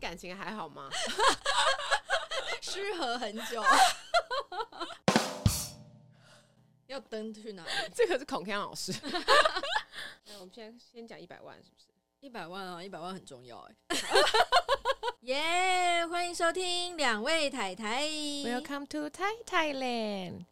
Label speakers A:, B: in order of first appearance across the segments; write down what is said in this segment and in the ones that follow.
A: 感情还好吗？
B: 失和很久。 要登去哪里？
A: 这个是孔锵老师。 那我们现在先讲一百万，是不是？
B: 一百万啊，一百万很重要哎、 耶欢迎收听两位太太。
A: Welcome to Thai Thailand。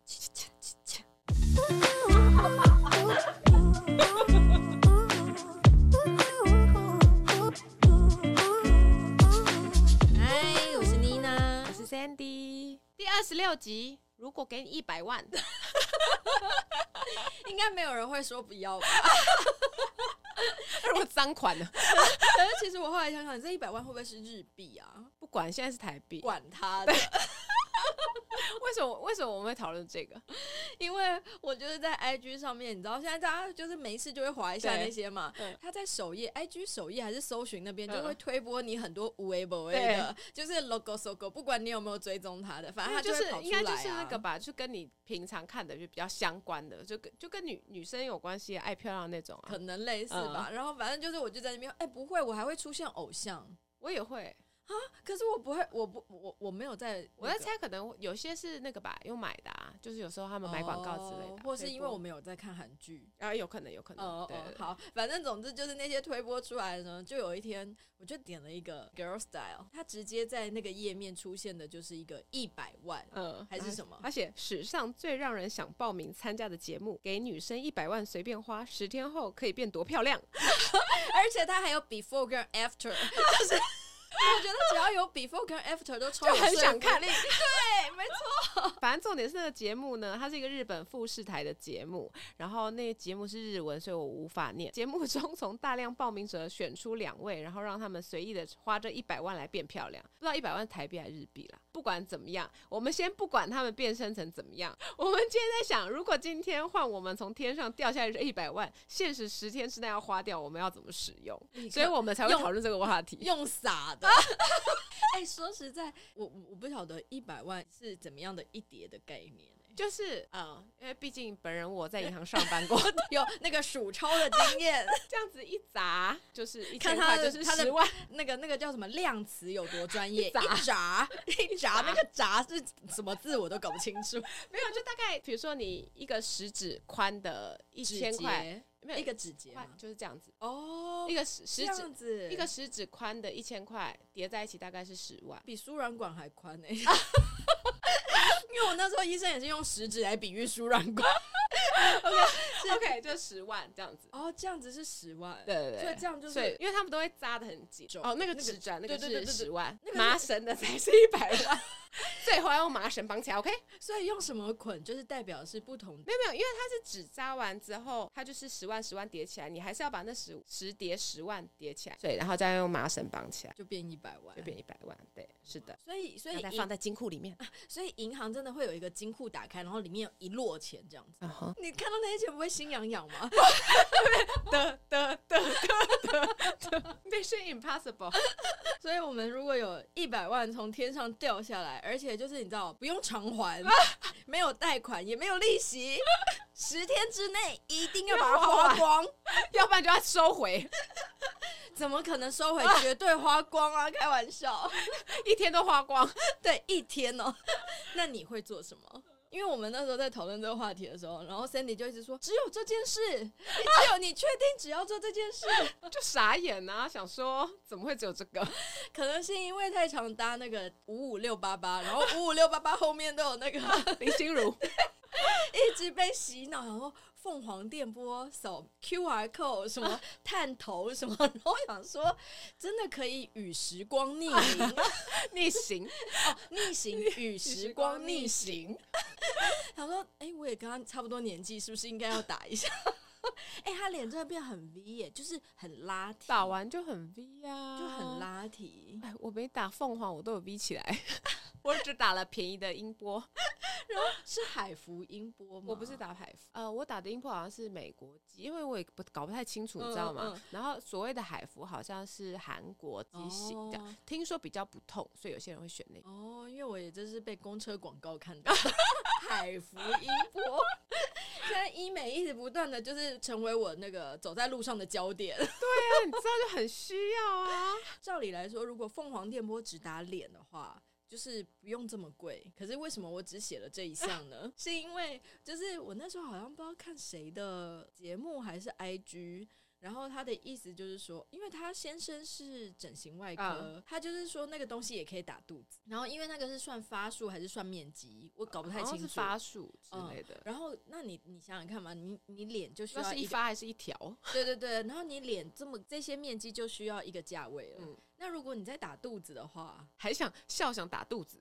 B: 嗨，我是妮娜
A: 我。是 Sandy，第二十六集。如果给你一百 万，
B: 应该没有人会说不要吧？
A: 如果赃款呢？
B: 可是其实我后来想想，这一百万会不会是日币啊？
A: 不管，现在是台币。
B: 管他的，
A: 为什么？为什么我们会讨论这个？
B: 因为我就是在 IG 上面，你知道现在大家就是没事就会划一下
A: 对
B: 那些嘛
A: 嗯。
B: 他在首页、IG 首页还是搜寻那边，
A: 嗯
B: 就会推播你很多无为不为的，就是 logo logo，不管你有没有追踪他的，反正他
A: 就
B: 会
A: 是
B: 跑出
A: 应
B: 来、
A: 该
B: 啊。
A: 就是那个吧，就跟你平常看的就比较相关的，就跟就跟女女生有关系，爱漂亮那种啊
B: 可。能类似吧。
A: 嗯
B: 然后反正就是，我就在那边，哎、不会，我还会出现偶像，
A: 我也会，
B: 可是我不会，我不，我我没有在、
A: 我在猜，可能有些是那个吧，用买的啊，就是有时候他
B: 那
A: 们
B: 个
A: 买广告之类的啊
B: 哦，或是因为我
A: 们
B: 没有在看韩剧。
A: 啊，有可能，有可能，
B: 哦
A: 对
B: 哦
A: 对，对
B: 好，反正总之就是那些推播出来的呢，就有一天我就点了一个 Girl Style，它直接在那个页面出现的就是一个一百万，
A: 嗯，
B: 还是什么
A: 而且史上最让人想报名参加的节目，给女生一百万随便花，十天后可以变多漂亮。
B: 而且它还有 Before 跟 After，就是我 觉得只要有 Before 跟 After 都超有
A: 就很想
B: 说服
A: 看
B: 力对，没错，
A: 反正重点是那个节目呢，它是一个日本富士台的节目，然后那个节目是日文，所以我无法念。节目中从大量报名者选出两位，然后让他们随意的花这一百万来变漂亮，不知道一百万台币还是日币啦。不管怎么样，我们先不管他们变身成怎么样，我们今天在想，如果今天换我们从天上掉下来这一百万，限时十天之内要花掉，我们要怎么使用？所以我们才会
B: 用
A: 讨论这个话题。
B: 用撒的。 哎、说实在，我我我不晓得一百万是怎么样的一叠的概念、欸
A: 就是呃，因为毕竟本人我在银行上班 过，
B: 有那个数钞的经验，
A: 这样子一砸就是一千
B: 看他
A: 块，
B: 的
A: 就是
B: 他的
A: 十万，
B: 那个那个叫什么量词有多专业，
A: 一砸
B: 一炸
A: 砸
B: 一炸，那个炸是什么字我都搞不清 楚。
A: 没有就大概，比如说你一个食指宽的一
B: 指
A: 千块，
B: 节，
A: 没有
B: 一个指节
A: 块
B: 吗？
A: 就是这样子，
B: 哦，
A: 一个食
B: 这
A: 食指
B: 样子，
A: 一个食指宽的一千块叠在一起大概是十 万，
B: 比输卵管还宽哎、 因为我那时候医生也是用食指来比喻输卵管。
A: 是 OK 就十万这样子，
B: 哦，这样子是十万，
A: 对对对，
B: 所以这样就是
A: 所以因为他们都会扎的很紧，
B: 重
A: 哦，那个
B: 那个
A: 指转那
B: 对
A: 个
B: 对对
A: 是
B: 对对
A: 十万
B: 那，个是
A: 麻绳的才 是一百万，最后要用麻绳绑起来，OK？
B: 所以用什么捆就是代表是不同
A: 没有没有，因为它是纸扎完之后，它就是十万十万叠起来，你还是要把那十十叠十万叠起来，对，然后再用麻绳绑起来，
B: 就变一百万
A: 就。变一百万。对，是的，
B: 所以，所以
A: 然后再
B: 银
A: 放在金库里 面。
B: 所以银行真的会有一个金库打开，然后里面有一摞钱这样子。
A: 然后
B: 你看到那些钱不会心痒痒 吗？
A: 的的的 的 Mission Impossible，
B: 所以我们如果有一百万从天上掉下来，而且就是你知道不用偿 还，没有贷款也没有利 息，十天之内一定要把它花光，
A: 要不然就要收回，
B: 怎么可能收回？绝对花光啊！开玩笑，
A: 一天都花光。
B: 对，一天哦。 那你会做什么？因为我们那时候在讨论这个话题的时候，然后 Sandy 就一直说，只有这件事，你只有你确定只要做这件事，
A: 就傻眼啊，想说怎么会只有这个？
B: 可能是因为太常搭那个五五六八八，然后五五六八 八后面都 有那个
A: 林心如，
B: 一直被洗脑，然后凤凰电波扫 QR code 什么探头什么，然后我想说真的可以与时光逆行，
A: 逆 行，
B: 逆行与时光 逆行。，他说，哎、我也跟他差不多年纪，是不是应该要打一 下？哎、他脸真的变很 V 耶，就是很拉提，
A: 打完就很 V 啊，
B: 就很。拉提。
A: 哦 哎，我没打凤凰，我都有 V 起来，我只打了便宜的音波。
B: 是海福音波吗？
A: 我不是打海服，呃，我打的音波好像是美国籍，因为我也不搞不太清楚，你知道吗？
B: 嗯嗯嗯
A: 然后所谓的海服好像是韩国机型这样，
B: 哦
A: 听说比较不痛，所以有些人会选那个。
B: 哦，因为我也就是被公车广告看到 海福音波。 现在医美一直不断的就是成为我那个走在路上的焦点。
A: 对啊，你知道就很需要啊。
B: 照理来说，如果凤凰电波只打脸的话，就是不用这么贵。可是为什么我只写了这一项呢？ 是因为就是我那时候好像不知道看谁的节目还是 IG。然后他的意思就是说，因为他先生是整形外科，
A: 嗯
B: 他就是说那个东西也可以打肚子。然后因为那个是算发数还是算面积，我搞不太
A: 好像
B: 清
A: 哦是
B: 楚。
A: 发数之类的，
B: 然后那你你想想看嘛，你你脸就需
A: 那
B: 要
A: 是一
B: 个
A: 发还是一条？
B: 对对对，然后你脸这么这些面积就需要一个价位了。
A: 嗯
B: 那如果你再打肚子的话，
A: 还想笑想打肚子，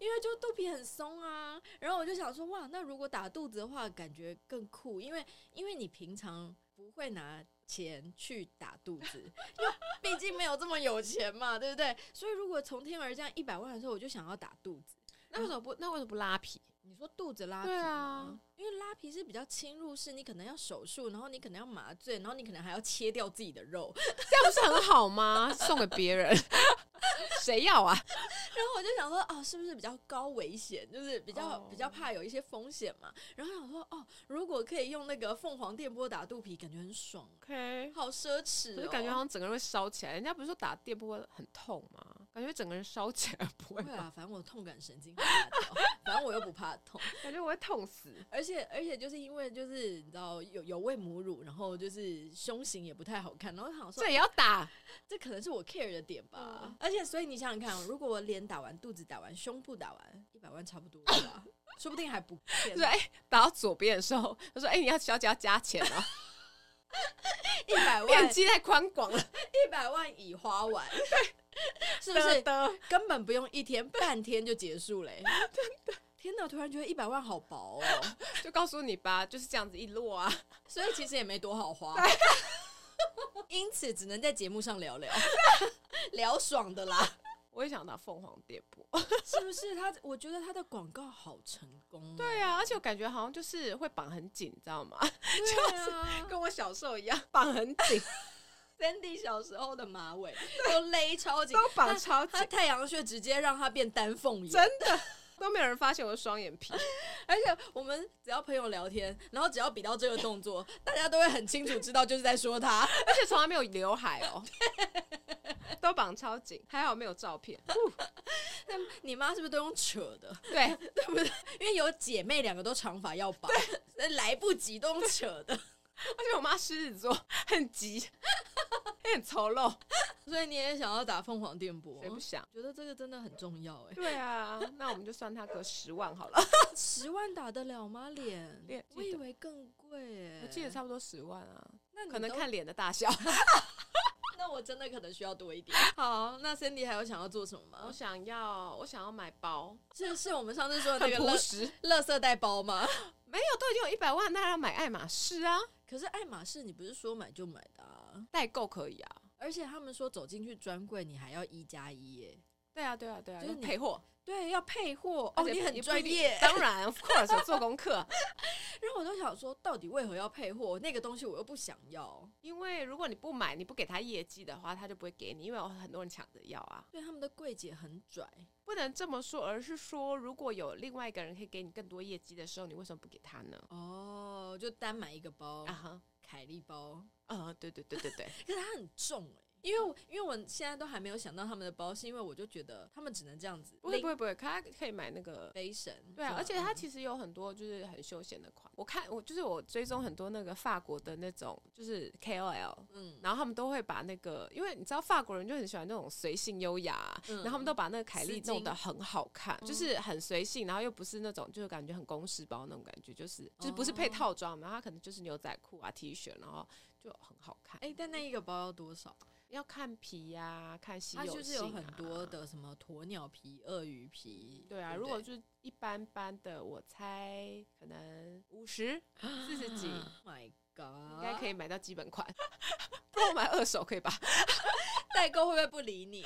B: 因为就肚皮很松啊，然后我就想说，哇，那如果打肚子的话，感觉更酷，因为因为你平常不会拿钱去打肚子，因为毕竟没有这么有钱嘛，对不对？所以如果从天而降一百万的时候，我就想要打肚子。
A: 那为什么不？那为什么不拉皮？
B: 你说肚子拉皮
A: 对
B: 吗
A: 啊，
B: 因为拉皮是比较侵入式，你可能要手术，然后你可能要麻醉，然后你可能还要切掉自己的 肉，
A: 这样不是很好吗？送给别人， 谁要啊？
B: 然后我就想说，哦，是不是比较高危险？就是比较、
A: 哦
B: 比较怕有一些风险嘛。然后想说，哦，如果可以用那个凤凰电波打肚皮，感觉很爽，欸
A: OK，
B: 好奢侈、哦。
A: 可是感觉好像整个人会烧起来。人家不是说打电波很痛吗？感觉整个人烧起来不会
B: 会
A: 吗？
B: 啊，反正我痛感神经很发达反正我又不怕痛。
A: 感觉我会痛死。
B: 而且而且就是因为就是你知道有有喂母乳，然后就是胸型也不太好看，然后想说
A: 这也要打？
B: 这可能是我 care 的点吧。
A: 嗯
B: 而且所以你想想看哦，如果我脸打完、肚子打完、胸部打完，一百万差不多了吧， 说不定还不见。
A: 对，哎打到左边的时候，他说：“哎、你要小姐要加钱 哦，
B: 一百万
A: 面积太宽广了，
B: 一百万已花完， 是不是
A: 的？
B: 根本不用一天半天就结束嘞、真的，天哪！我突然觉得一百万好薄哦，
A: 就告诉你吧，就是这样子一落啊。
B: 所以其实也没多好 花，因此只能在节目上聊 聊，聊爽的啦，
A: 我也想打凤凰电波。
B: 是不是他？我觉得他的广告好成功、
A: 对啊，而且我感觉好像就是会绑很紧，你知道吗？
B: 对啊，
A: 跟我小时候一样，绑很紧，
B: Sandy 小时候的马尾都勒超紧，
A: 都绑超紧
B: 他，太阳穴直接让他变丹凤眼。
A: 真的都没有人发现我的双眼皮。
B: 而且我们只要朋友聊天，然后只要比到这个动作，大家都会很清楚知道就是在说他。
A: 而且从来没有刘海哦， 都绑超紧，还好没有照片。
B: 那你妈是不是都用扯的？
A: 对，
B: 因为有姐妹两个都长发要绑，所以来不及都用扯的。
A: 而且我妈狮子座，很急， 也很丑陋，
B: 所以你也想要打凤凰电波
A: 谁？不想？
B: 觉得这个真的很重要哎、
A: 对啊，那我们就算她个十万好了，
B: 十万打得了吗？脸
A: 脸
B: 我以为更贵哎、
A: 我记得差不多十万啊，
B: 那你
A: 可能
B: 都
A: 看脸的大小。
B: 那我真的可能需要多一点。 好，那 Cindy 还有想要做什么
A: 我
B: 吗？
A: 想要，我想要买包，
B: 是是我们上次说的
A: 很
B: 那个
A: 朴
B: 乐
A: 实，
B: 乐色袋包吗？
A: 没有都已经有一百万，那要买爱马仕啊，
B: 可是爱马仕你不是说买就买的啊？
A: 代购可以啊。
B: 而且他们说走进去专柜你还要一加一耶。
A: 对啊，对啊，对啊，
B: 就是
A: 就
B: 你
A: 配货
B: 对，要配货
A: 而
B: 哦，
A: 且
B: 你很
A: 也不
B: 专
A: 一定
B: 业。
A: 当然，of course，我做功 课。
B: 然后我就想说，到底为何要配货？那个东西我又不想要。
A: 因为如果你不买，你不给他业绩的话，他就不会给你，因为有很多人抢着要啊。
B: 对，他们的柜姐很拽。
A: 不能这么说，而是说，如果有另外一个人可以给你更多业绩的时候，你为什么不给他呢？
B: 哦，就单买一个包，
A: 啊哈，
B: 凯利包，
A: 呃，对对对对对，
B: 可是它很重哎、因为我因为我现在都还没有想到他们的包，是因为我就觉得他们只能这样子
A: 不会不会不会，他可以买那个。
B: 背神，
A: 对
B: 是
A: 啊，
B: 吗
A: 而且它其实有很多就是很休闲的款。我看我就是我追踪很多那个法国的那种就是 KOL，
B: 嗯，
A: 然后他们都会把那个，因为你知道法国人就很喜欢那种随性优雅啊、
B: 嗯
A: 然后他们都把那个凯莉
B: 丝巾
A: 弄得很好看，就是很随性，然后又不是那种就是感觉很公事包那种感觉，就是就是不是配套装，然后它可能就是牛仔裤啊、T 恤，然后就很好看。
B: 哎、但那一个包要多少？
A: 要看皮呀、看稀有
B: 它
A: 性、啊，
B: 就是有很多。的什么鸵鸟皮、鳄鱼皮，
A: 对啊，
B: 不
A: 如果就是一般般的，我猜可能五十、四十几，
B: Oh My God，
A: 应该可以买到基 本款。不然我买二手可以吧？
B: 代购会不会不理你？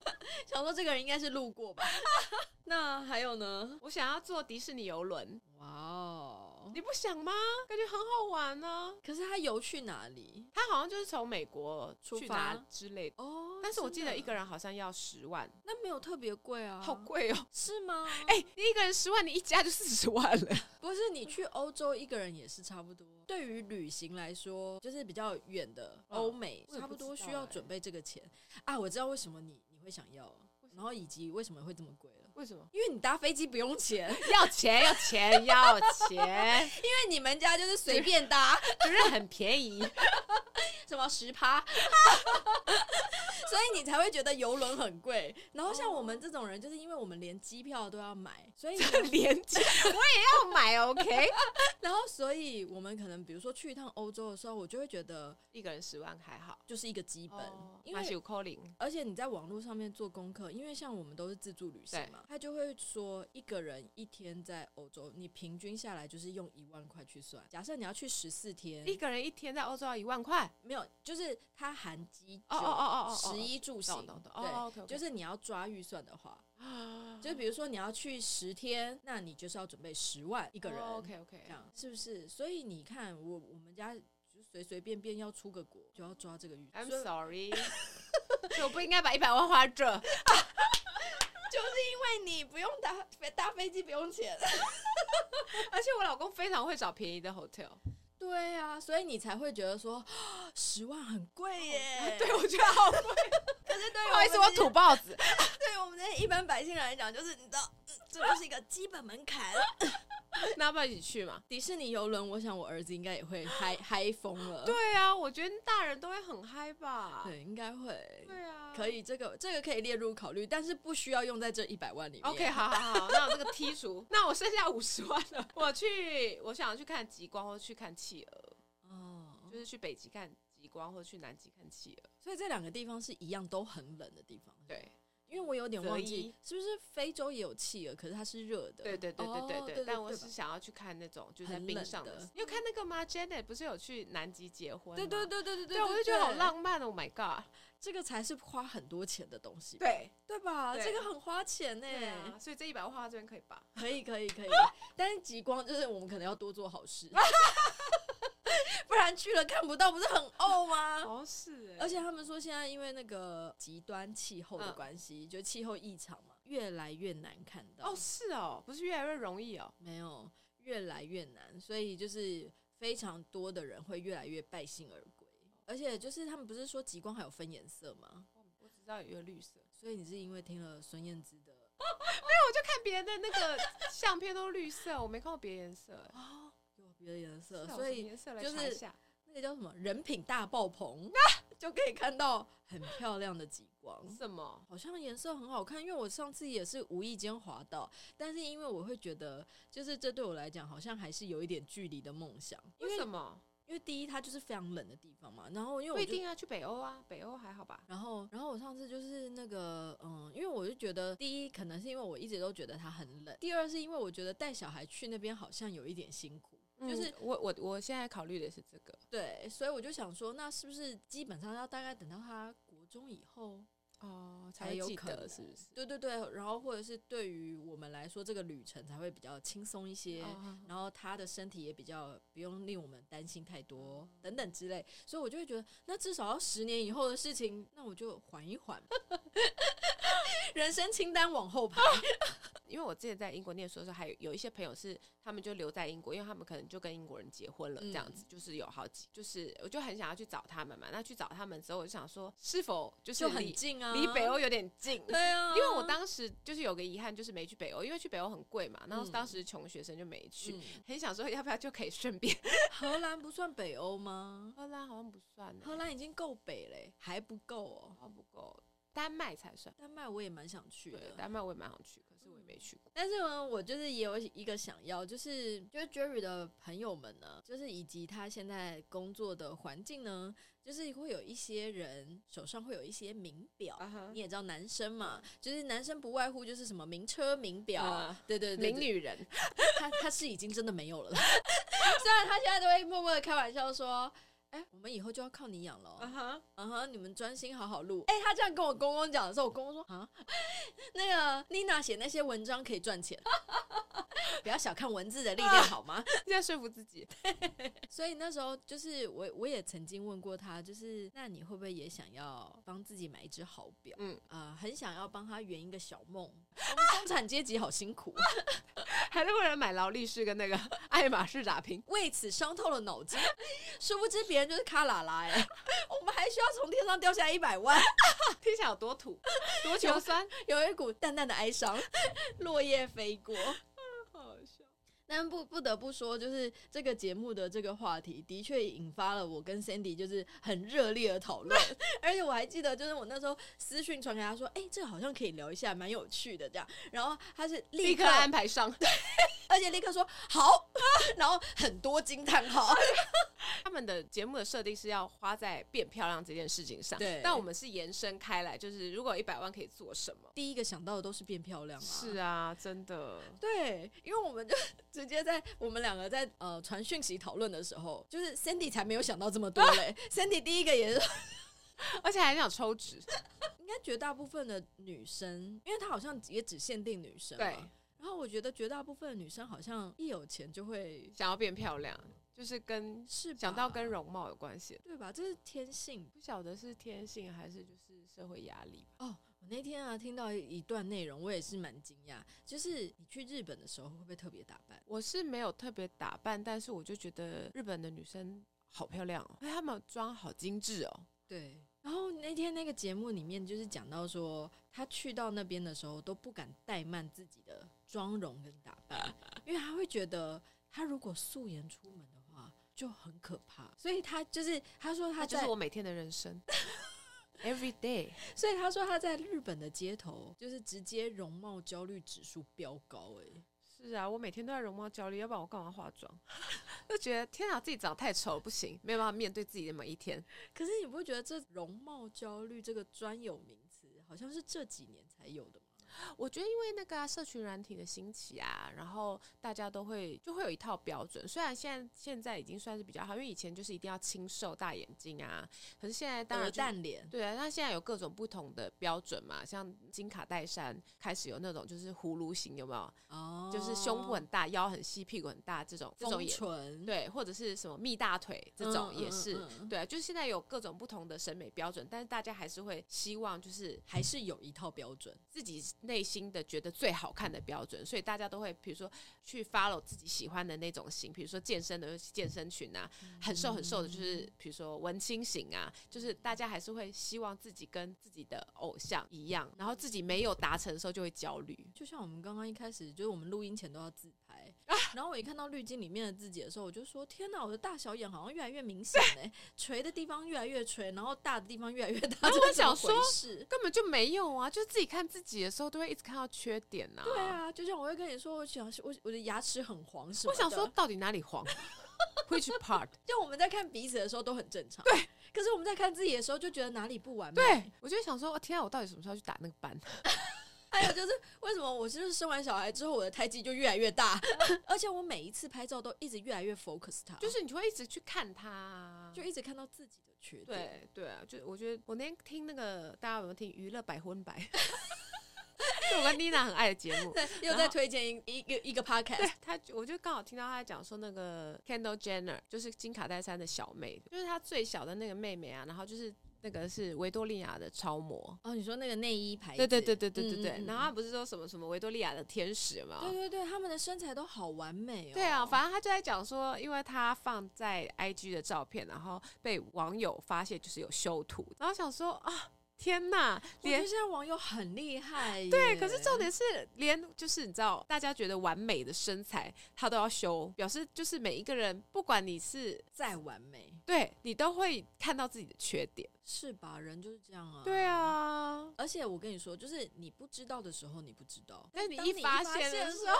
B: 想说这个人应该是路过吧。 那还有呢？
A: 我想要坐迪士尼游轮，
B: 哇哦！
A: 你不想吗？感觉很好玩呢、
B: 可是他游去哪里？
A: 他好像就是从美国
B: 出
A: 去
B: 发
A: 哪之类的，
B: 哦，
A: 但是我记
B: 真
A: 得
B: 的
A: 一个人好像要十万，
B: 那没有特别贵啊，
A: 好贵哦、
B: 是吗？
A: 哎、你一个人十万，你一家就四十万了。
B: 不是，你去欧洲一个人也是差不多。对于旅行来说，就是比较远的
A: 嗯
B: 欧美，
A: 我也不知道
B: 差不多需要
A: 欸
B: 准备这个钱啊。我知道为什么你你会想要，然后以及为什么会这么贵了。
A: 为什么？
B: 因为你搭飞机不用钱， 因
A: 要钱，要钱，要钱，
B: 为你们家就是随便搭，
A: 就是很便宜。
B: 什么十趴， 所以你才会觉得游轮很贵。然后像我们这种人，就是因为我们连机票都要买，所以
A: 廉价，我也要买，OK？
B: 然后所以我们可能比如说去一趟欧洲的时候，我就会觉得
A: 一个人十万还好，
B: 就是一个基本，因
A: 马
B: 为
A: 修扣零，
B: 而且你在网络上面做功课，因为像我们都是自助旅行
A: 对
B: 嘛，他就会说一个人一天在欧洲，你平均下来就是用一万块去算。假设你要去十四天
A: 一，个人一天在欧洲要一万块，
B: 没有，就是它含机
A: 哦哦哦哦哦
B: 十一住行
A: 懂懂懂，哦
B: 对，
A: ，OK，
B: 就是是你要抓预算的 话，就比如说你要去十天，那你就是要准备十万一
A: 一
B: 个人，
A: ，OK OK，
B: 这样是不是？所以你看，我我们家就随随便便要出个国，就要抓这个预算，
A: I'm
B: 所以
A: sorry，所以我不应该把一百万花这。
B: 因为你不用搭飞搭飞机不用钱，
A: 而且我老公非常会找便宜的 hotel，
B: 对啊，所以你才会觉得说 十万很贵耶。
A: 对我觉得好，不
B: 哦哎可是对于
A: 好意思，我
B: 们这
A: 土包子。
B: 对于我们这些一般百姓来讲，就是你知道，嗯这就是一个基本门槛。
A: 那要不要一起去嘛？
B: 迪士尼游轮，我想我儿子应该也会嗨嗨疯了，
A: 对啊，我觉得大人都会很嗨吧。
B: 对，应该会。
A: 对啊，
B: 可。以，这个这个可以列入考虑，但是不需要用在这一百万里面。
A: OK，好好好，那我这个剔 除，那我剩下五十万了。我去，我想去看极光，或去看企鹅，
B: 哦，
A: 就是去北极看极光，或去南极看企鹅。
B: 所以这两个地方是一样，都很冷的地方。，
A: 对
B: 因为我有点忘
A: 择
B: 记
A: 一，
B: 是不是非洲也有企鹅，可是它是热的。
A: 对对对对
B: 哦
A: 对
B: 对
A: 对。
B: 对
A: 但我
B: 对
A: 是
B: 吧
A: 想要去看那种就是在
B: 很
A: 冰
B: 冷
A: 上的
B: 的
A: 事。你有看那个吗？Janet 不是有去南极结婚吗？
B: 对对对对对
A: 对我就觉得好，浪漫哦，Oh my god！
B: 这个才是花很多钱的东西，
A: 对
B: 对吧？
A: 对
B: 这个很花钱呢、
A: 对啊，所以这一百万花到这边可以吧？
B: 可以可以可以，但是极光就是我们可能要多做 好事，不然去了看不到，不是很怄吗？
A: 哦，是欸，
B: 而且他们说现在因为那个极端气候的关系，就气候异常嘛，越来越难看到。
A: 嗯哦，是哦，不是越来越容易哦。
B: 没有，越来越难，所以就是非常多的人会越来越败兴而归。而且就是他们不是说极光还有分颜色吗？
A: 我只知道有个绿色，
B: 所以你是因为听了孙燕姿的
A: 看别人的那个相片都绿色，我没看过别的颜色欸。
B: 哦，有别的颜色，
A: 是哦
B: 所
A: 什么
B: 以
A: 颜色来
B: 就是
A: 查一下，
B: 那个叫什么人品大爆棚，
A: 啊
B: 就可以看到很漂亮的极光。
A: 什么？
B: 好像颜色很好看，因为我上次也是无意间滑到，但是因为我会觉得，就是这对我来讲好像还是有一点距离的梦想，因为
A: 为什么？
B: 因为第一它就是非常冷的地方嘛，然后因为
A: 不
B: 我
A: 一
B: 就
A: 定啊，去北欧啊，北欧还好吧？
B: 然后，然后我上次就是那个，嗯，因为我就觉得，第一可能是因为我一直都觉得它很冷，第二是因为我觉得带小孩去那边好像有一点辛苦，就是
A: 嗯我我我现在考虑的是这个
B: 对，所以我就想说，那是不是基本上要大概等到他国中以后
A: 哦，才
B: 才
A: 会
B: 有
A: 记
B: 可
A: 得
B: 能？
A: 是不是？
B: 对对对，然后或者是对于我们来说，这个旅程才会比较轻松一些。
A: 哦
B: 然后他的身体也比较不用令我们担心太多，等等之类，所以我就会觉得，那至少要十年以后的事情，那我就缓一缓， 人生清单往后排。
A: 因为我之前在英国念书的时候，还有有一些朋友是他们就留在英国，因为他们可能就跟英国人结婚了，
B: 嗯
A: 这样子、就是有好几，就是我就很想要去找他们嘛。那去找他们之后，我就想说，是否就是
B: 就很
A: 离
B: 近啊，
A: 离北欧有点近？
B: 对啊，
A: 因为我当时就是有个遗憾，就是没去北欧，因为去北欧很贵嘛，然后
B: 嗯
A: 当时穷学生就没去，
B: 嗯
A: 很想说要不要就可以顺 便。
B: 荷兰不算北欧吗？
A: 荷兰好像不算、欸，
B: 荷兰已经够北嘞，还不够哦。
A: 好像不够，丹麦才算。
B: 丹麦我也蛮想去
A: 对
B: 的，，
A: 丹麦我也蛮想去，可是我也没去过。
B: 但是呢，我就是也有一个想要，就是就是 Jerry 的朋友们呢，就是以及他现在工作的环境呢，就是会有一些人手上会有一些名表。
A: 啊哈
B: 嗯你也知道男生嘛，就是男生不外乎就是什么名车、名表，
A: 啊
B: 对对对
A: 名
B: 对，
A: 女 人，
B: 他他是已经真的没有了啦。虽然他现在都会默默的开玩笑说：“哎、哎、我们以后就要靠你养了、
A: 啊
B: 哦。
A: 哈，
B: 嗯哼，你们专心好好录。哎、他这样跟我公公讲的时候，我公公说啊，那个妮娜写那些文章可以赚钱， 不要小看文字的力量好吗？
A: 你在说服自己。
B: 所以那时候就是我我也曾经问过他，就是那你会不会也想要帮自己买一只好表？
A: 嗯
B: 嗯，呃，很想要帮他圆一个小梦。 中中产阶级好辛苦，啊
A: 还是为了买劳力士跟那个 爱马仕打拼。
B: 为此伤透了脑筋。殊不知别人就是卡拉拉哎、我们还需要从天上掉下来一百万，
A: 啊听起来有多土，多穷酸，
B: 有一股淡淡的哀伤，落叶飞过。
A: 好笑。
B: 但不不得不说，就是这个节目的这个话题，的确引发了我跟 Sandy 就是很热烈的讨 论，而且我还记得，就是我那时候私讯传给他说，哎、这个好像可以聊一下，蛮有趣的这样。然后他是立
A: 立
B: 刻，
A: 刻安排上。
B: 而且立刻说好， 然后很多惊 叹号。
A: 他们的节目的设定是要花在变漂亮这件事情上，
B: 对
A: 但我们是延伸开来，就是如果一百万可以做什么？
B: 第一个想到的都是变漂亮啊，
A: 是啊，真的。
B: 对，因为我们就 直接在我们两个在呃传讯息讨论的时候，就是 Sandy 才没有想到这么多 嘞。Sandy 第一个也是
A: 而且还想抽脂，
B: 应该绝大部分的女生，因为她好像也只限定女生嘛。
A: 对
B: 然后我觉得绝大部分的女生好像一有钱就会
A: 想要变漂亮，就是跟
B: 是吧
A: 讲到跟容貌有关系，
B: 对吧？这是天性
A: 不晓得是天性还是就是社会压力吧。
B: 哦。我那天啊听到一段内容，我也是蛮惊讶，就是你去日本的时候会不会特别打扮？
A: 我是没有特别打扮，但是我就觉得日本的女生好漂亮哦，哎，她们妆好精致哦。
B: 对。然后那天那个节目里面就是讲到说，她去到那边的时候都不敢怠慢自己的妆容跟打扮，因为她会觉得她如果素颜出门的话就很可怕，所以她就是她说她
A: 那就
B: 在
A: 是我每天的人 生，every day。
B: 所以他说他在日本的街头就是直接容貌焦虑指数飙高、欸，
A: 是啊，我每天都在容貌焦虑，要不然我干嘛化 妆？就觉得天啊，自己长得太丑了，不行，没有办法面对自己的每一天。
B: 可是你不会觉得这容貌焦虑这个专有名词好像是这几年才有的吗？
A: 我觉得因为那个、啊、社群软体的兴起啊，然后大家都会就会有一套标准。虽然现在现在已经算是比较好，因为以前就是一定要清瘦、大眼睛啊，可是现在当然
B: 鹅
A: 就是
B: 蛋脸，
A: 对啊，那现在有各种不同的标准嘛，像金卡戴珊开始有那种就是葫芦型，有没有？
B: 哦，
A: 就是胸部很大、腰很细、屁股很大这种，这种
B: 丰
A: 也
B: 唇，
A: 对，或者是什么蜜大腿这种
B: 嗯
A: 也是。
B: 嗯嗯嗯
A: 对，就是现在有各种不同的审美标准，但是大家还是会希望就是
B: 还是有一套标准。
A: 自己内心的觉得最好看的标准，所以大家都会比如说去 follow 自己喜欢的那种型，比如说健身的就是健身群啊，很瘦很瘦的就是比如说文青型啊，就是大家还是会希望自己跟自己的偶像一样，然后自己没有达成的时候就会焦虑。
B: 就像我们刚刚一开始，就是我们录音前都要自 拍，然后我一看到滤镜里面的自己的时候，我就说：天哪，我的大小眼好像越来越 明显哎、垂的地方越来越垂，然后大的地方越来越大，
A: 然后我
B: 这是怎么
A: 想说
B: 回事
A: 根本就没有啊！就是自己看自己的时候，都会一直看到缺点呐、
B: 对啊，就像我会跟你说，我想我我的牙齿很黄什么
A: 我
B: 的
A: 想说，，到底哪里 黄？Which part？
B: 就我们在看彼此的时候都很正常，对。可是我们在看自己的时候，就觉得哪里不完美。
A: 对，我就想说，哦天啊，我到底什么时候去打那个 斑？
B: 还有哎就是为什么我就是生完小孩之后，我的胎记就越来越大， 而且我每一次拍照都一直越来越 focus 它，
A: 就是你会一直去看它啊，
B: 就一直看到自己的缺点。
A: 对对啊，就我觉得我那天听那个大家有没有听娱乐百分 百？是我跟妮娜很爱的节 目。
B: 对，又在推荐一一个一个 podcast，
A: 她就我就刚好听到她在讲说，那个 Kendall Jenner 就是金卡戴珊的小妹，就是她最小的那个妹妹啊，然后就是那个是维多利亚的超模，
B: 哦，你说那个内衣牌子，
A: 对对对对对对对，
B: 嗯嗯嗯
A: 然后她不是说什么什么维多利亚的天使有没有？
B: 对对对，他们的身材都好完美哦。
A: 对啊，反正他就在讲说，因为他放在 IG 的照片，然后被网友发现就是有修图，然后想说啊，天呐，
B: 我觉得
A: 连
B: 现在网友很厉害。
A: 对，可是重。点是连就是你知道，大家觉得完美的身材他都要修，表示就是每一个人，不管你是
B: 再完美
A: 对你都会看到自己的缺点。
B: 是吧？人就是这样啊。
A: 对啊，
B: 而且我跟你说，就是你不知道的时候，你不知道；
A: 但你
B: 当
A: 一
B: 你
A: 发
B: 发
A: 现的
B: 的
A: 时
B: 时候，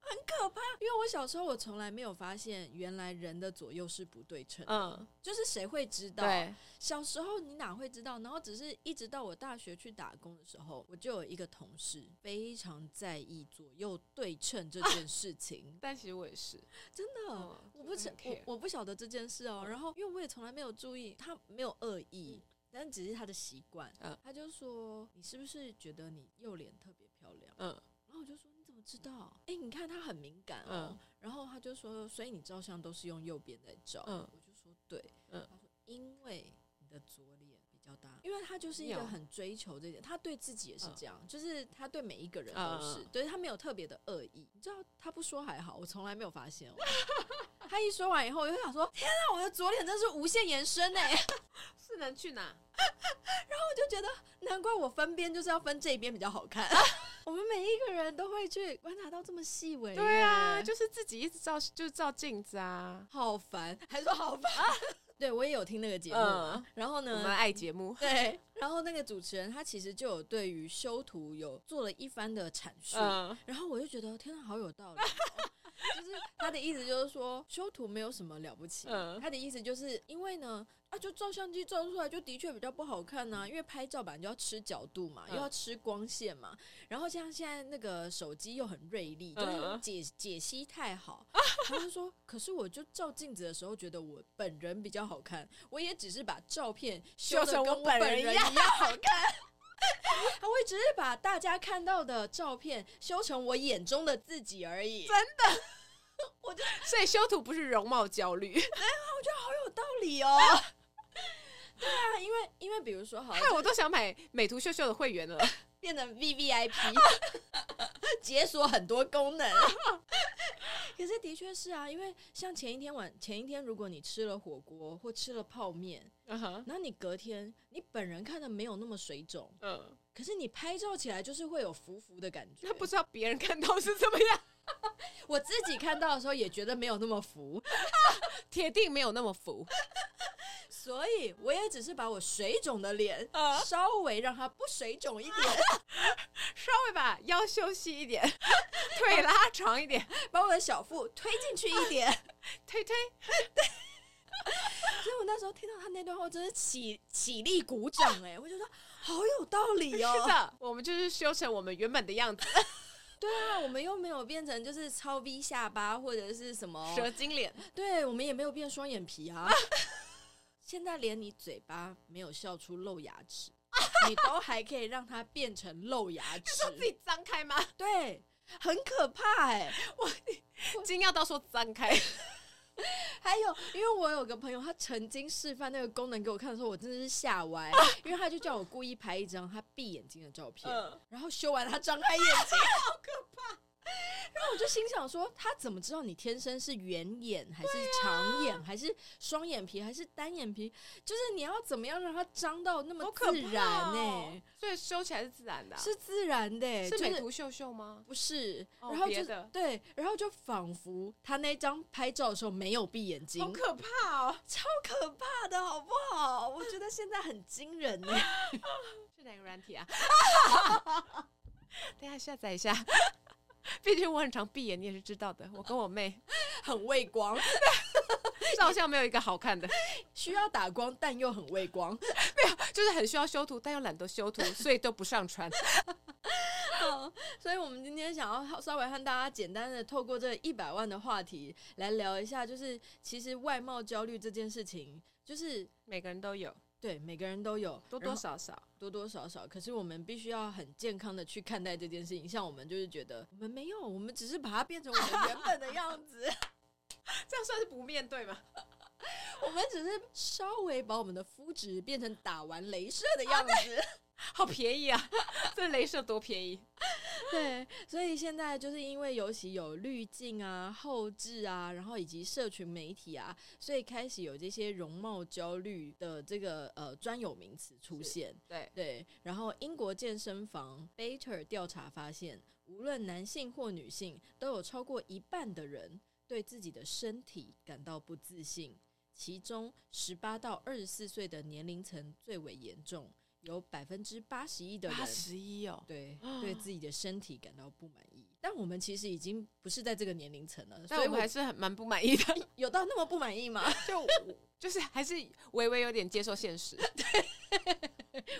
B: 很可怕。因为我小时候，我从来没有发现，原来人的左右是不对称，
A: 嗯，
B: 就是谁会知道？
A: 对，
B: 小时候你哪会知道？然后只是一直到我大学去打工的时候，我就有一个同事非常在意左右对称这件事情，
A: 但其实我也是，
B: 真的。
A: 嗯
B: 我不
A: 就
B: 知
A: 很 care 嗯
B: 我我不晓得这件事哦，然后因为我也从来没有注意，他没有恶意，但只是他的习惯。
A: 嗯
B: 他就说：“你是不是觉得你右脸特别漂亮？”
A: 嗯，
B: 然后我就说：“你怎么知道？”哎、你看他很敏感哦。
A: 嗯
B: 然后他就说：“所以你照相都是用右边在照。”
A: 嗯
B: 我就说：“对。”
A: 嗯
B: 他说：“因为你的左脸比较大，因为他就是一个
A: 妙
B: 很追求这点，他对自己也是
A: 嗯
B: 这样，就是他对每一个人
A: 嗯
B: 都是，
A: 嗯
B: 对他没有特别的恶意。你知道他不说还好，我从来没有发现哦。” 他一说完以后，我就想说：“天啊，我的左脸真是无限延伸 哎！”
A: 是能去哪？
B: 就觉得难怪我分边就是要分这一边比较好看。 我们每一个人都会去观察到这么细微耶，
A: 对啊，就是自己一直照，就是照镜子啊。
B: 好烦，还说好烦。 对我也有听那个节目，
A: 嗯，
B: 然后
A: 我们
B: 呢，
A: 爱节目，
B: 对，然后那个主持人他其实就有对于修图有做了一番的阐述，
A: 嗯
B: 然后我就觉得天哪，好有道理哦。就是他的意思就是说，修图没有什么了不起。
A: 嗯
B: 他的意思就是因为呢，啊，就照相机照出来就的确比较不好看啊呐、因为拍照本来就要吃角度嘛，
A: 嗯
B: 又要吃光线嘛，然后像现在那个手机又很锐利，就
A: 嗯
B: 是解解析太好。然后他说，可是我就照镜子的时候觉得我本人比较好看，我也只是把照片修
A: 修
B: 的
A: 成
B: 跟
A: 我
B: 本
A: 本
B: 人
A: 人
B: 一
A: 一
B: 样
A: 样
B: 好 看。他会只是把大家看到的照片修成我眼中的自己而已，真
A: 所以修图不是容貌焦 虑，
B: 有道理哦。 对啊，因为因为比如说好了，
A: 哎害我都想买美图秀秀的会员了。
B: 变成 V V I P，解锁很多功能。 可是的确是啊，因为像前一天晚前一天，如果你吃了火锅或吃了泡面，
A: 嗯哼，
B: 然后你隔天你本人看的没有那么水肿，
A: 嗯，
B: 可是你拍照起来就是会有浮浮的感 觉。
A: 他不知道别人看到是怎么样，
B: 我自己看到的时候也觉得没有那么浮，
A: 铁定没有那么服。
B: 所以我也只是把我水肿的脸
A: 啊
B: 稍微让它不水肿一点，
A: 稍微把腰修细一点， 腿拉长一点，
B: 把我的小腹推进去一
A: 啊
B: 点。
A: 推推。
B: 所以我那时候听到他那段话，我真是起起立鼓掌哎、我就说好有道理哦、
A: 是的，我们就是修成我们原本的样子，
B: 对啊，我们又没有变成就是超 V 下巴或者是什么，
A: 蛇精脸。
B: 对我们也没有变双眼皮啊。 现在连你嘴巴没有笑出露牙齿， 你都还可以让它变成露牙齿，
A: 自己张开 吗？
B: 对，很可怕哎、
A: 惊讶到说张开，
B: 还有，因为我有个朋友，他曾经示范那个功能给我看的时候，我真的是吓歪，因为他就叫我故意拍一张他闭眼睛的照 片，
A: 嗯
B: 然后修完他张开眼 睛，好可怕。然后我就心想说，他怎么知道你天生是圆眼还是长眼、还是双眼皮还是单眼皮？就是你要怎么样让它张到那么
A: 好可
B: 自
A: 怕
B: 然呢、
A: 哦所以修起来是自然的啊、
B: 是自然的、欸
A: 是
B: 就
A: 美
B: 是
A: 图秀秀吗？
B: 不是，
A: 哦
B: 然后
A: 别
B: 就
A: 的
B: 对，然后就仿佛他那张拍照的时候没有闭眼睛，
A: 好可怕哦！
B: 超可怕的，好不好？我觉得现在很惊人呢。
A: 是哪个软体啊？ 等一下下载一下。 毕竟我很常闭眼，你也是知道的。我跟我 妹
B: 很畏光，
A: 照相没有一个好看的，
B: 需要打光，但又很畏光。
A: 就是很需要修图，但又懒得修图，所以都不上传。
B: 所以，我们今天想要稍微和大家简单的透过这一百万的话题来聊一下，就是其实外貌焦虑这件事情，就是
A: 每个人都有，
B: 对每个人都有，
A: 多
B: 然
A: 多
B: 后
A: 少少。
B: 多多少少，可是我们必须要很健康的去看待这件事情。像我们就是觉得我们没有，我们只是把它变成我们原本的样子，
A: 这样算是不面对吗？
B: 我们只是稍微把我们的肤质变成打完镭射的样
A: 啊
B: 子。
A: 好便宜啊！这镭射多便宜。
B: 对，所以现在就是因为尤其有滤镜啊、后置啊，然后以及社群媒体啊，所以开始有这些容貌焦虑的这个呃专有名词出
A: 是
B: 现。
A: 对，
B: 对，然后英国健身房 Bater 调查发现，无论男性或女性，都有超过一半的人对自己的身体感到不自信，其中十八到二十四岁的年龄层最为严重，有百分之八十一的人
A: 八十一哦，
B: 对，对自己的身体感到不满意。但我们其实已经不是在这个年龄层了，
A: 但
B: 所以
A: 我们还是很蛮不满意的，
B: 有到那么不满意吗？
A: 就我就是还是微微有点接受现实。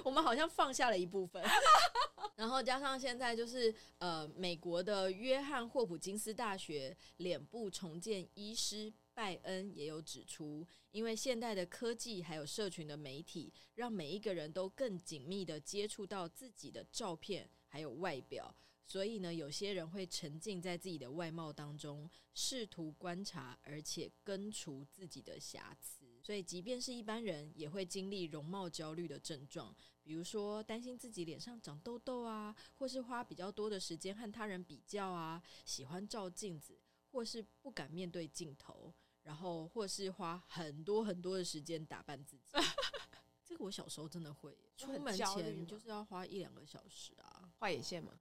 B: 我们好像放下了一部分。 然后加上现在就是呃，美国的约翰霍普金斯大学脸部重建医师拜恩也有指出，因为现代的科技还有社群的媒体，让每一个人都更紧密的接触到自己的照片还有外表，所以呢，有些人会沉浸在自己的外貌当中，试图观察而且根除自己的瑕疵。所以，即便是一般人，也会经历容貌焦虑的症状，比如说担心自己脸上长痘痘啊，或是花比较多的时间和他人比较啊，喜欢照镜子，或是不敢面对镜头，然后或是花很多很多的时间打扮自己。 这个我小时候真的会耶，
A: 就
B: 出
A: 很
B: 门
A: 焦虑
B: 前
A: 吗
B: 就是要花一两个小时啊，
A: 画眼线嘛，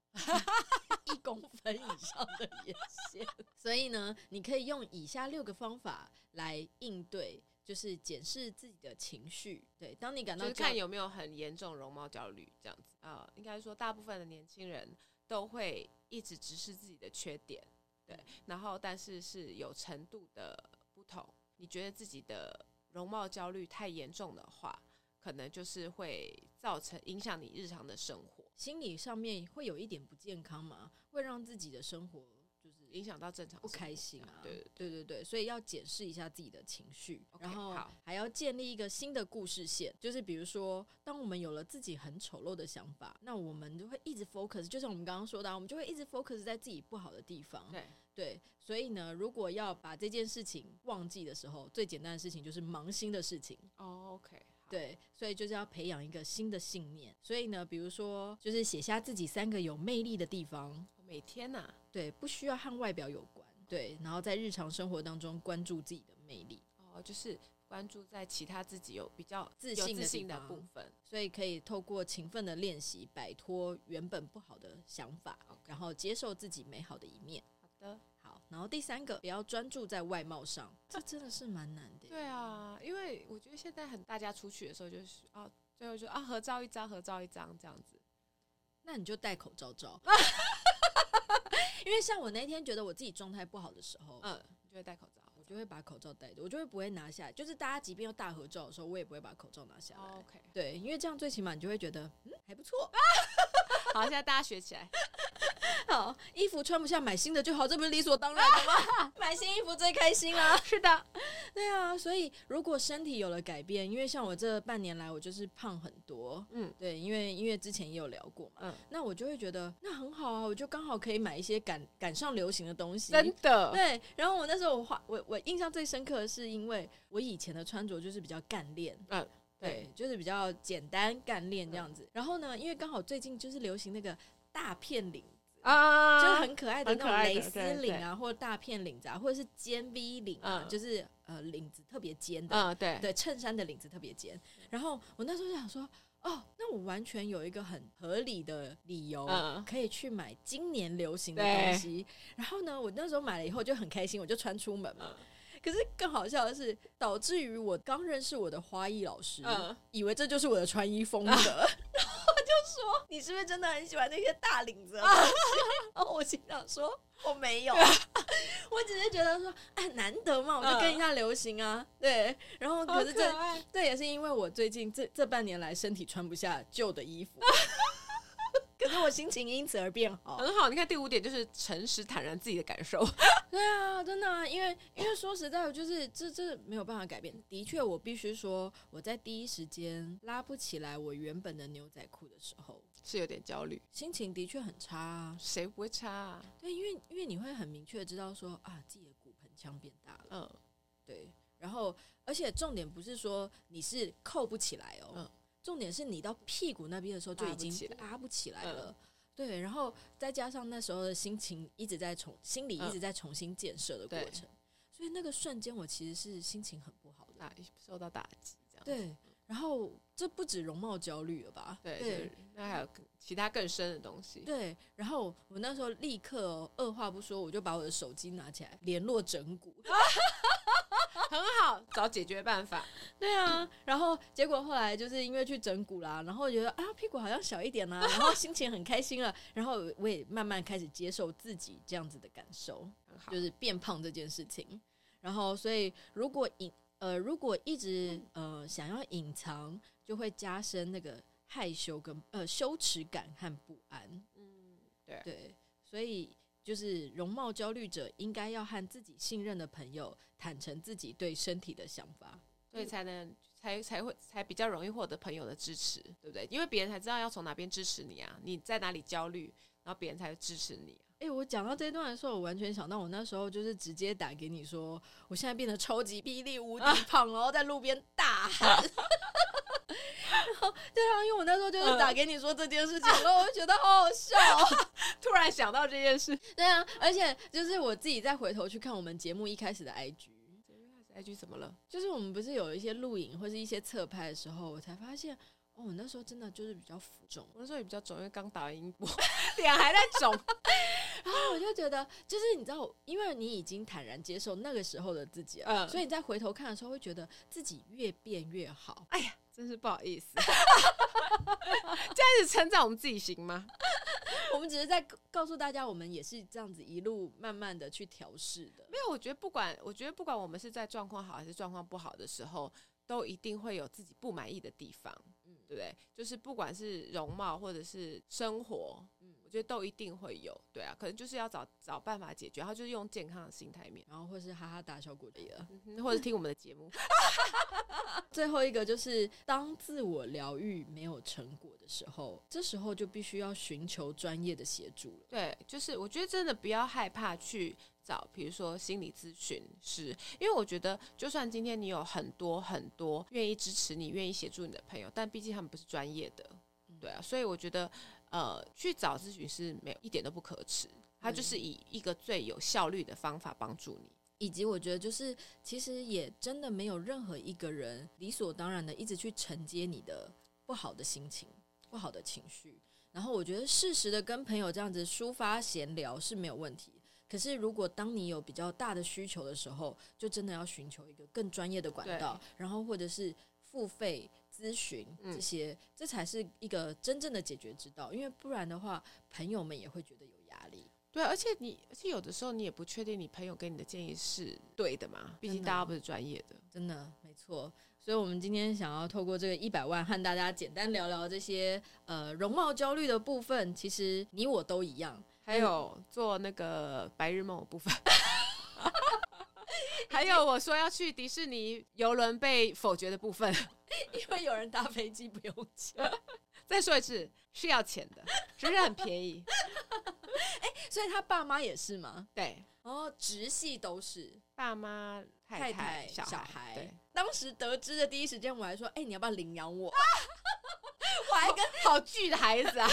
B: 一公分以上的眼 线。所以呢，你可以用以下六个方法来应对，就是检视自己的情绪。对，当你感
A: 就
B: 到
A: 是
B: 焦
A: 看有没有很严重容貌焦虑这样子啊、应该说大部分的年轻人都会一直直视自己的缺点，对，然后但是是有程度的不同。你觉得自己的容貌焦虑太严重的话，可能就是会造成影响你日常的生活，
B: 心理上面会有一点不健康嘛，会让自己的生活就是
A: 影响到正常
B: 不
A: 生
B: 开
A: 活
B: 心啊。
A: 对对
B: 对对对所以要检视一下自己的情绪
A: OK，
B: 然后
A: 好
B: 还要建立一个新的故事线。就是比如说，当我们有了自己很丑陋的想法，那我们就会一直 focus，就像我们刚刚说的、啊，我们就会一直 focus 在自己不好的地方。
A: 对，
B: 对，所以呢，如果要把这件事情忘记的时候，最简单的事情就是盲心的事情。
A: 哦，OK，好，
B: 对，所以就是要培养一个新的信念。所以呢，比如说，就是写下自己三个有魅力的地方，
A: 我每天呐、
B: 对，不需要和外表有关，对，然后在日常生活当中关注自己的魅力，
A: 哦，就是关注在其他自己有比较
B: 自
A: 有
B: 信的
A: 自
B: 地
A: 信的
B: 方
A: 部分。
B: 所以可以透过勤奋的练习，摆脱原本不好的想法，然后接受自己美好的一面。
A: 好的，
B: 好，然后第三个，不要专注在外貌上，这真的是蛮难的。
A: 对啊，因为我觉得现在很大家出去的时候就是啊，最后就啊合照一张，合照一张这样子。
B: 那你就戴口罩照。 因为像我那天觉得我自己状态不好的时候，
A: 嗯，你就会戴口罩。
B: 我就会把口罩戴着，我就会不会拿下来。就是大家即便要大合照的时候，我也不会把口罩拿下来。
A: 哦 OK，
B: 对，因为这样最起码你就会觉得，嗯，还不错。
A: 好，现在大家学起来。哦
B: 好，衣服穿不下，买新的就好，这不是理所当然的吗？ 买新衣服最开心啦、
A: 是的，
B: 对啊，所以如果身体有了改变，因为像我这半年来，我就是胖很多。
A: 嗯
B: 对，因为因为之前也有聊过嘛，
A: 嗯，
B: 那我就会觉得那很好啊，我就刚好可以买一些赶赶上流行的东西。
A: 真的。
B: 对，然后我那时候我画我我印象最深刻的是，因为我以前的穿着就是比较干练，
A: 嗯，
B: 对，就是比较简单干练这样子。然后呢，因为刚好最近就是流行那个大片领，
A: 啊，
B: 就是很可爱的
A: 很
B: 那
A: 可
B: 种
A: 爱的
B: 蕾丝
A: 对
B: 领啊，或者大片领子啊，或者是尖 V 领啊，
A: 嗯
B: 就是呃领子特别尖的，
A: 嗯，对，
B: 对，衬衫的领子特别尖。然后我那时候就想说。哦，那我完全有一个很合理的理由，
A: 嗯
B: 可以去买今年流行的
A: 对
B: 东西。然后呢，我那时候买了以后就很开心，我就穿出门嘛。
A: 嗯
B: 可是更好笑的是，导致于我刚认识我的花艺老师，
A: 嗯
B: 以为这就是我的穿衣风 格，然后我就说：“你是不是真的很喜欢那些大领子的东西？” 然后我心想说：“我没有， 我只是觉得说，哎，难得嘛，我就跟一下流行啊。 对，然后可
A: 好
B: 是这
A: 爱
B: 这也是因为我最近这这半年来身体穿不下旧的衣 服，可是我心情因此而变好。
A: 很好。你看第五点就是诚实坦然自己的感受。
B: 对啊，真的啊，因为因为说实在，我就是这这没有办法改变。的确，我必须说，我在第一时间拉不起来我原本的牛仔裤的时候，
A: 是有点焦虑，
B: 心情的确很差、啊。
A: 谁不会差、啊？
B: 对，因为因为你会很明确地知道说啊，自己的骨盆腔变大了。
A: 嗯，
B: 对，然后而且重点不是说你是扣不起来哦，
A: 嗯
B: 重点是你到屁股那边的时候就
A: 拉
B: 已
A: 不
B: 经
A: 起来
B: 拉不起来
A: 嗯
B: 了。对，然后再加上那时候的心情一直在重，心理一直在重新建设的过
A: 对
B: 程，所以那个瞬间我其实是心情很不好的。
A: 啊，受到打击这样。
B: 对，然后这不止容貌焦虑了吧？
A: 对，就
B: 对
A: 是那还有更其他更深的东西。
B: 对，然后我那时候立刻哦、二话不说，我就把我的手机拿起来联络整骨。
A: 很好，找解决办法。
B: 对啊，然后结果后来就是因为去整骨啦，然后觉得啊屁股好像小一点啦、然后心情很开心了，然后我也慢慢开始接受自己这样子的感受，
A: 很好，
B: 就是变胖这件事情。然后所以如果隐呃如果一直
A: 嗯
B: 呃想要隐藏，就会加深那个害羞跟呃羞耻感和不安。
A: 嗯，对，
B: 对，所以就是容貌焦虑者应该要和自己信任的朋友坦诚自己对身体的想法。
A: 所以才能才才会才比较容易获得朋友的支持，对不对？因为别人才知道要从哪边支持你啊，你在哪里焦虑，然后别人才会支持你、啊
B: 诶，我讲到这一段的时候，我完全想到我那时候就是直接打给你说，我现在变得超级霹雳无敌胖，然后在路边大喊。 然后对啊，因为我那时候就是打给你说这件事情，然后我就觉得好好笑哦、
A: 突然想到这件事，
B: 对啊，而且就是我自己再回头去看我们节目一开始的 IG，
A: 哎，句怎么了？
B: 就是我们不是有一些录影或是一些侧拍的时候，我才发现，哦，我那时候真的就是比较浮肿，
A: 我那时候也比较肿，因为刚打完英国， 脸还在肿。
B: 然后我就觉得，就是你知道，因为你已经坦然接受那个时候的自己了，
A: 嗯
B: 所以你再回头看的时候，会觉得自己越变越好。
A: 哎呀，真是不好 意思。这样子称赞我们自己行吗？
B: 我们只是在告告诉大家，我们也是这样子一路慢慢的去调试的。
A: 没有，我觉得不管，我觉得不管我们是在状况好还是状况不好的时候，都一定会有自己不满意的地方，
B: 嗯
A: 对不对？就是不管是容貌或者是生活，
B: 嗯，
A: 我觉得都一定会有，对啊，可能就是要找找办法解决，然后就是用健康的心态面，
B: 然后或是哈哈大笑过去了。
A: 嗯哼或者听我们的节目，
B: 最后一个就是，当自我疗愈没有成果的时候，这时候就必须要寻求专业的协助了。
A: 对，就是我觉得真的不要害怕去找，比如说心理咨询师，因为我觉得就算今天你有很多很多愿意支持你、愿意协助你的朋友，但毕竟他们不是专业的，
B: 嗯
A: 对啊，所以我觉得呃，去找咨询师没有一点都不可耻，他就是以一个最有效率的方法帮助你。
B: 以及我觉得，就是其实也真的没有任何一个人理所当然的一直去承接你的不好的心情、不好的情绪。然后我觉得适时的跟朋友这样子抒发闲聊是没有问题。可是如果当你有比较大的需求的时候，就真的要寻求一个更专业的管道，然后或者是付费咨询
A: 嗯
B: 这些，这才是一个真正的解决之道。因为不然的话，朋友们也会觉得有压力。
A: 对啊，而且你，而且有的时候你也不确定你朋友给你的建议是对的嘛，毕
B: 真
A: 竟
B: 的
A: 大家不是专业的。
B: 真的没错。所以，我们今天想要透过这个一百万和大家简单聊聊这些呃容貌焦虑的部分。其实你我都一样，
A: 还有做那个白日梦的部分， 还有我说要去迪士尼游轮被否决的部分。
B: 因为有人搭飞机不用钱，
A: 再说一次，是要钱的，只是很便宜。
B: 所以他爸妈也是嘛，
A: 对，
B: 然后直系都是
A: 爸妈、太
B: 太太、
A: 小
B: 小
A: 对，
B: 当时得知的第一时间，我还说：“哎、你要不要领养我？” 我还跟
A: 好巨的孩子啊！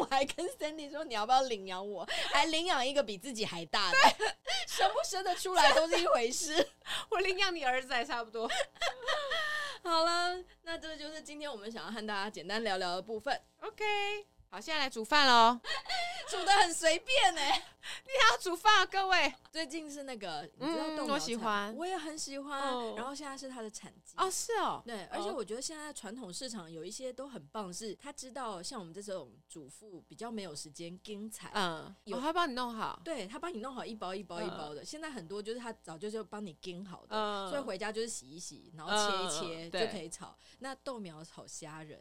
B: 我还跟 Sandy 说：“你要不要领养我？”还领养一个比自己还大的， 生不生得出来都是一回事。
A: 我领养你儿子还差不多。
B: 好了，那这就是今天我们想要和大家简单聊聊的部分，
A: OK，好，现在来煮饭喽！
B: 煮的很随便呢、
A: 要煮饭啊，各位。
B: 最近是那个，你知道
A: 嗯
B: 动脑
A: 我喜
B: 菜
A: 欢
B: 我也很喜欢。
A: 哦
B: 然后现在是它的产季
A: 哦，，是哦，
B: 对，而且
A: 哦
B: 我觉得现在传统市场有一些都很棒，是他知道像我们这种主妇比较没有时间跟采。
A: 嗯，
B: 有
A: 我还帮你弄好。
B: 对他帮你弄好一包一包一包的，现在很多就是他早就就帮你跟好的，
A: 嗯，
B: 所以回家就是洗一洗，然后切一切、
A: 嗯对
B: 就可以炒。那豆苗炒虾仁，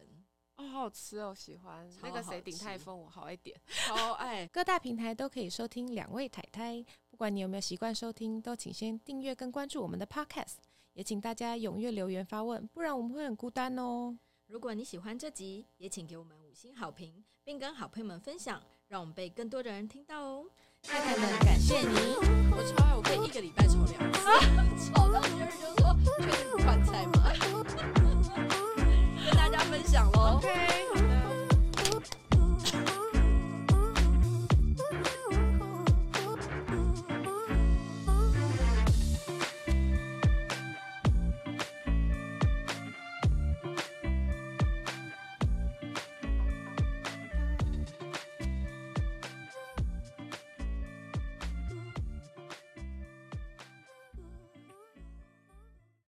A: 哦，好好吃哦，喜欢
B: 超
A: 那个谁
B: 好
A: 鼎
B: 吃
A: 泰丰，我好爱点。
B: 超爱。
A: 各大平台都可以收听两位太太。不管你有没有习惯收听，都请先订阅跟关注我们的 Podcast。也请大家踊跃留言发问，不然我们会很孤单哦。
B: 如果你喜欢这集，也请给我们五星好评，并跟好朋友们分享，让我们被更多的人听到哦。太太们，感谢你！我超 爱，我可以一个礼拜抽两次，抽到别人就说确定不换菜吗？